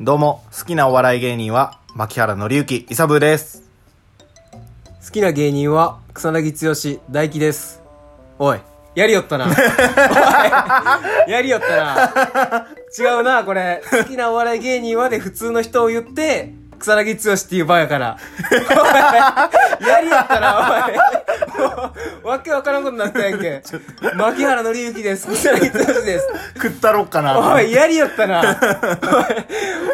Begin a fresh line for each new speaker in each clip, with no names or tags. どうも、好きなお笑い芸人は、牧原紀之、イサブーです。
好きな芸人は草薙剛大輝ですおいやりよったなおいやりよったな違うなこれ好きなお笑い芸人はで普通の人を言って草薙剛っていう場やからおいやりよったなおいもうわけわからんことになったやんけ牧原紀之です草薙剛です
食ったろっかな。
おいやりよったなお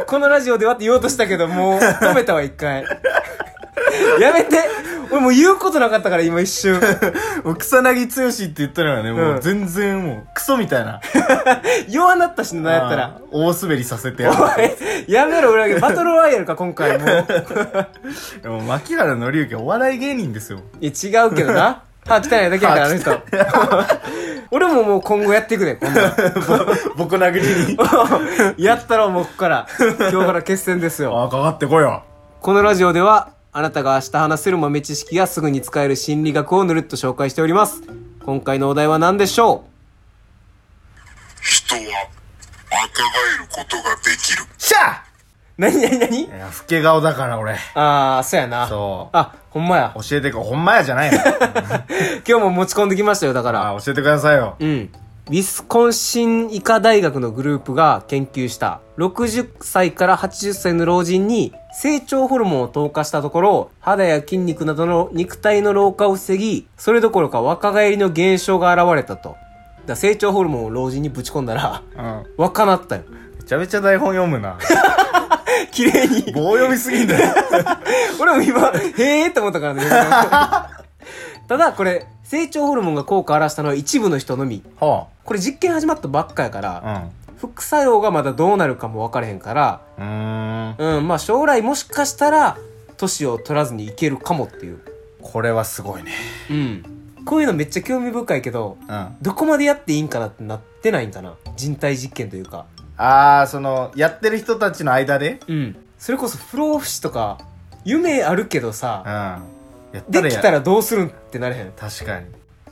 いこのラジオではって言おうとしたけどもう止めたわ一回やめて俺もう言うことなかったから今一瞬
もう草薙剛って言ったのがね、もううん全然もう、クソみたいな。
弱なったしなやった
あ
ら
ー大滑りさせてや
おいやめろ俺バトルロワイヤルか今回もう
る。でも、牧原紀之はお笑い芸人 ですよ。
いや違うけどな歯汚いだけやからあの人 俺ももう今後やっていくで、こんなん
ボコ殴りに。
やったろ、もうこっから。今日から決戦ですよ。
あー、かかってこいよ。
このラジオではあなたが明日話せる豆知識やすぐに使える心理学をぬるっと紹介しております今回のお題は何でしょ
人は若返ることができる。
しゃ
う何何何
いや、老け顔だから、俺。
ああそうやな
そう
あほんまや
教えてく、ほんまやじゃ ないの。
今日も持ち込んできましたよだから
あー、教えてくださいよ。
うんウィスコンシン医科大学のグループが研究した60歳から80歳の老人に成長ホルモンを投下したところ肌や筋肉などの肉体の老化を防ぎそれどころか若返りの現象が現れたとだから成長ホルモンを老人にぶち込んだら
うん。
若なったよ。
めちゃめちゃ台本読むな。
綺麗に。
棒読みすぎんだ よ。
俺も今、へーって思ったからね。 ただ、これ、成長ホルモンが効果を表したのは一部の人のみ。
は
これ実験始まったばっかやか
あ。う
ら、
ん。
副作用がまだどうなるかも分かれへんから、
うーん。
うん、まあ将来もしかしたら、年を取らずにいけるかもっていう。
これはすごいね。
うん。こういうのめっちゃ興味深いけど、
うん。
どこまでやっていいんかなってなってないんかな。人体実験というか。
あー、その、やってる人たちの間で
うん。それこそ不老不死とか、夢あるけど
うん。
さ、
やったら
で
や
きたらどうするんってなれへん。
確かに。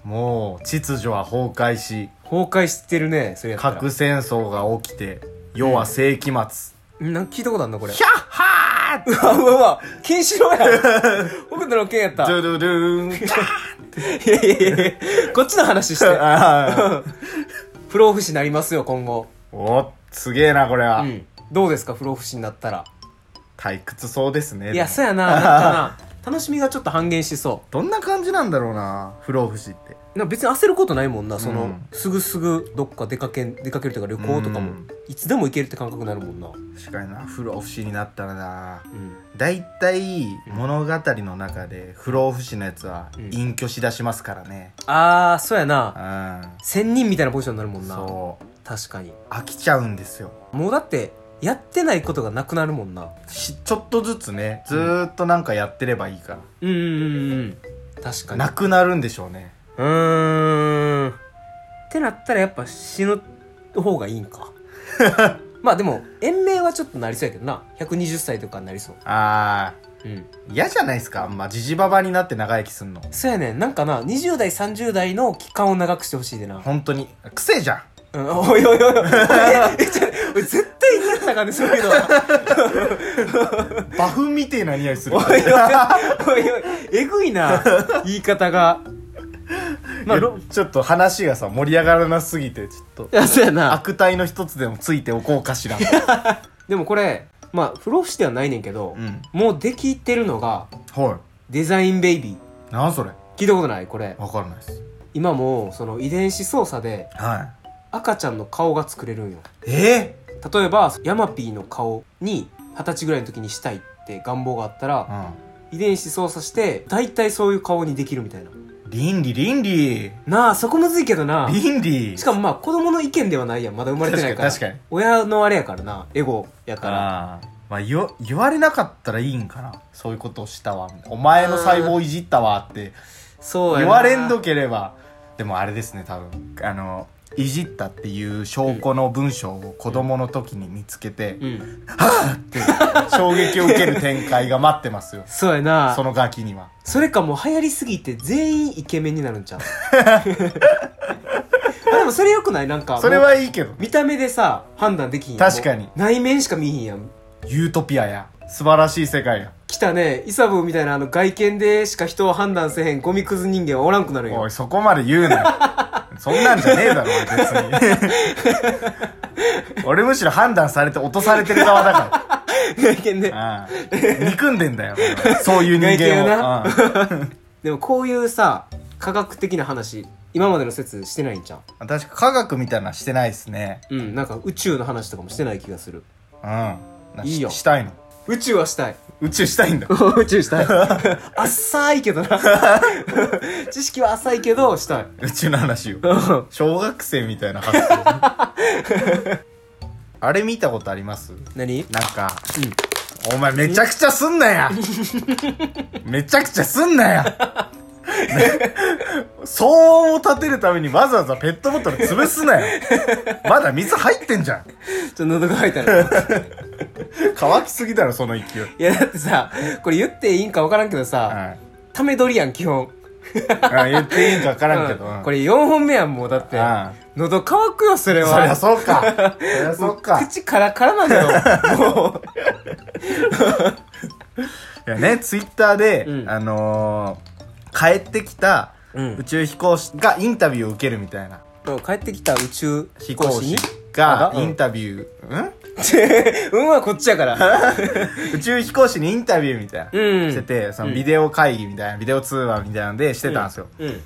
もう、秩序は崩壊し、
崩壊してるねそれやったら
核戦争が起きて、世は世紀末。
うんなんか聞いたことあんなこれ
キャッハー
うわうわうわ金四郎や 北斗の剣やった
ドゥドゥドゥーン。キャッ
いやいやいやいやこっちの話し て
あー
不老不死になりますよ今後
おすげえな、これは、
うんどうですか不老不死になったら
退屈そうですね。
いや
でも
そうや ななんかな楽しみがちょっと半減しそ
どんな感じなんだろうな、不老不死って。
うなんか別に焦ることないもんなその、
うん
すぐすぐどっか出かけん出かけるというか旅行と
う
かも、
ん
いつでも行けるって感覚になるもんな、う
確かにな、不老不死になったらな。
ん、
大体、物語の中で、不老不死のやつは、
うん
隠居しだしますからね。
ああそうやな
う
仙人みたいなポジションになるも
ん。
んな
そう。
確かに
飽きちゃうんですよ。
もうだってやってないことがなくなるもんな
しちょっとずつねずーっとなんかやってればいいから、
うんうんうんうん確かに
なくなるんでしょうね
うーんってなったらやっぱ死ぬ方がいいんか まあでも延命はちょっとなりそうやけどな120歳とかになりそう
ああ
うん
嫌じゃないですかあんまじじばばになって長生きすんの
そうやねんなんかな20代30代の期間を長くしてほしいでな、
本当に癖じゃん
うん、おいおいおいおいえちょ俺絶対嫌だからねそういうのは
バフみてえな匂いする
おい おいおいおいえぐいな言い方がまあ
いやちょっと話がさ盛り上がらなすぎてちょっと
いやそうやな
悪態の一つでもついておこうかしら
でもこれまあ不老不死ではないねんけ ど、
うん
もうできてるのが
は
デザインベイビー
いなんそれ
聞いたことないこれ
わからないです
今もその遺伝子操作で
は
赤ちゃんの顔が作れるんよ
いえ
例えばヤマピーの顔に二十歳ぐらいの時にしたいって願望があった
え
ら遺伝子操作して大体そういう顔にできるみたいな
うん倫理倫理
なあそこむずいけ どな
倫理
しかもまあ子供の意見ではないやんまだ生まれてないから
確かに確か
親のあれやからなエゴやから
あーまあ、言言われなかったらいいんかなそういうことをしたわみたいなお前の細胞いじったわって
そうやな
言われんどければでもあれですね多分あのいじったっていう証拠の文章を子供の時に見つけて、
うん
衝撃を受ける展開が待ってますよ
そうやな
そのガキには
それかもう流行りすぎて全員イケメンになる んちゃう あでもそれよくないなんかもう
それはいいけど
見た目でさ判断できひんやん
確かに
もう内面しか見ひんやん
ユートピアや素晴らしい世界や
来たね、イサブーみたいなあの外見でしか人を判断せへんゴミクズ人間はおらんくなるん
お
よ
い。そこまで言うなよそんなんじゃねえだろ俺別 に俺むしろ判断されて落とされてる側だか
外見で。
ら、うん、憎んでんだよ俺そういう人間を
外
うん
でもこういうさ、科学的な話、今までの説してないんじゃん。
確か科学みたいなのしてないですね
うん、なんか宇宙の話とかもしてない気がする。
うんない
いよ
ししたいの
宇宙はしたい。
宇宙した いんだ
宇宙したい。浅いけどな。 知識は浅いけど、したい。
宇宙の話を
うん
小学生みたいな発想 あれ見たことあります
何
なんか、お前めちゃくちゃすんなやめちゃくちゃすんなやね騒音を立てるためにわざわざペットボトル潰すなよまだ水入ってんじゃん
ちょっと喉乾いたな。
乾きすぎだろその勢い、
いや、だってさ、これ言っていいんか分からんけど
う
さ、
ん
ため撮りやん、基本。
うん言っていいんか分からんけど、
う
うん
んこれ4本目やん、もう。だって
う。
喉乾くよ、それは。
そりゃそうかそりゃそうか
口カラカ ラなのよ。もう。
いやね、ツイッターで、
うん
あのー帰ってきた
うん
宇宙飛行士がインタビューを受けるみたいな。
そう帰ってきた宇宙飛
飛
行
行
士に
士が
あうん
インタビュー、ん
うんはこっちやから。
宇宙飛行士にインタビューみたいな、
うん
してて、その
うん
ビデオ会議みたいな、ビデオ通話みたいなんでしてたんですよ。
うん。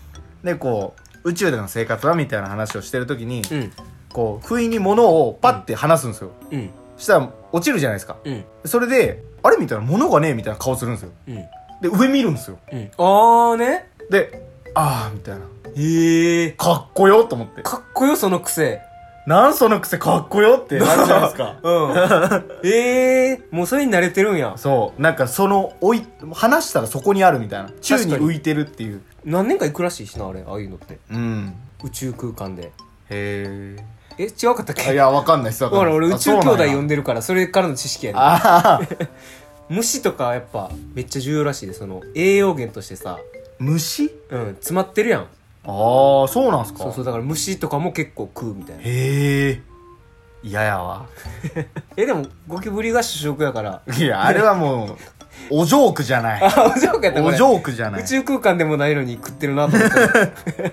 で、こう、宇宙での生活はみたいな話をしてるときに、
うん。
こう、不意に物をパッて離すんですよ。
うん。
したら落ちるじゃないですか。
うん。
それで、あれみたいな、物がねえみたいな顔するんですよ。
うん。
で、上見るんですよ。
うん。あーね。
で、あーみたいな。
へえ。
かっこよと思って。
かっこよ、その癖。。
なんその癖かっこよってなるじゃないですか
うん。ええもうそれに慣れてるんや。
そう。なんかその、おい、話したらそこにあるみたいな。宙に浮いてるっていう。
何年か行くらしいしな、あれ。ああいうのって。
うん。
宇宙空間で。
へ
え、違うかったっ
え。い
け
や、わかんないです。わ
ほ
かんな
ら、
い
俺宇宙兄弟呼ん
で。
でるから、それからの知識やね
あそうなんやあー。
虫とかやっぱ、めっちゃ重要らしいで、その、栄養源としてさ、
虫
うん、詰まってるやん。
ああ、そうなんすか。
そうそう、だから虫とかも結構食うみたいな。
へえ。嫌やわ。
え、でも、ゴキブリが主食やから。
いや、あれはもう、おジョークじゃない。
あ、お嬢かやったこ
お
れ
ジョークじゃない
宇。宙空間でもないのに食ってるなと思った。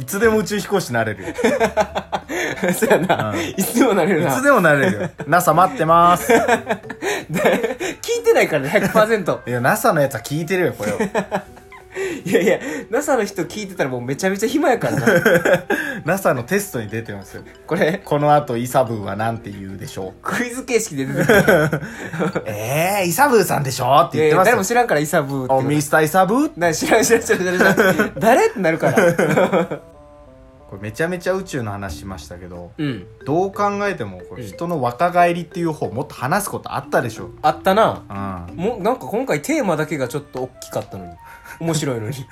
いつでも宇宙飛行士になれるよ。い
そうやな。
うん
いつでもなれるな。
つでもなれるよ。NASA 待ってます。い
聞いてないからね、100%。
や、NASA のやつは聞いてるよ、これを。
いやいや、NASA の人聞いてたらもうめちゃめちゃ暇やからな。
NASA のテストに出てますよ。
これ、
この後イサブーはなんて言うでしょ
クイズ形式で 出てくる。
う ええー、イサブーさんでしょって
いや
言ってま
いや
す
誰
よ
も知らんから、イサブー
お
って
ミ。スターイサブー
な知らん知らん知らん知らん知 らん。誰ってなるから。
これめちゃめちゃ宇宙の話しましたけど
うん。
どう考えてもこれ人の若返りっていう方もっと話すことあったでしょ
あったな。
うん
もうなんか今回テーマだけがちょっと大きかったのに面 白いのに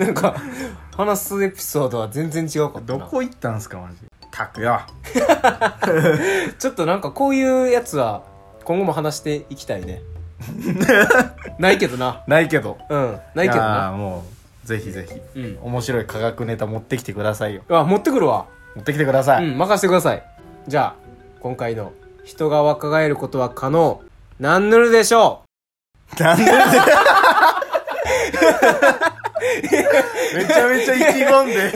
なんか話すエピソードは全然違うかった
ど
な
こ行ったんすかマジでたくよ
ちょっとなんかこういうやつは今後も話していきた いねないけどな
ないけど
うんないけど
や
な
ーもうぜひぜひ、
うん
面白い科学ネタ持ってきてくださいよ
あ持ってくるわ
持ってきてくださ
う
い、
ん任せてくださいじゃあ今回の「人が若返ることは可能」なんぬるでしょ
なんでめちゃめちゃ意気込んで
う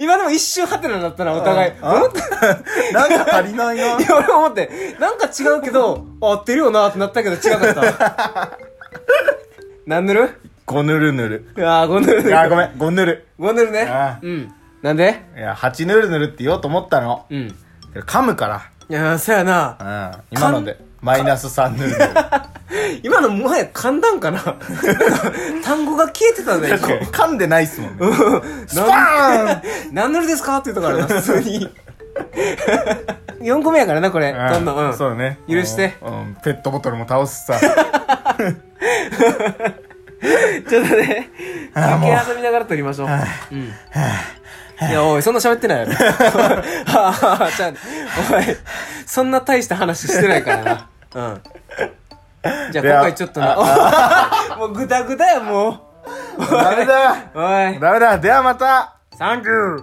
今でも一瞬ハテナになったなお互い
あなんか足りないない
や、俺も思って、なんか違うけど、あ合ってるよなってなったけど違かった。なんぬる
5ぬるぬる
ああ、ごぬる
い
ね。
やごめん5ぬる
ごぬるね
ああ。
うん。なんで
いや8ぬるぬるって言おうと思ったの
うん。い
けど噛むか
やー、そやな。
ら、うん、今のでマイナス3ぬるぬる
今のもはや噛んだんかな 単語が消えてたね、
確かに噛んでないっすもんね
スパーンなんぬるですか って言ったからな、普通に。4個目やからな、これ。どんどん。うん。
そうね
許して
うんうんペットボトルも倒すさ
ちょっとね、 酒遊びながら撮りましょう。うん。い や、おい、そんな喋ってないやろ。はあ、ちゃん、おい、そんな大した話してないからな。うん。じゃあ
いや
今回ちょっとな、お もうグダグダや、もう。
ダメだ
おい、
ダメだではまた
サンキュー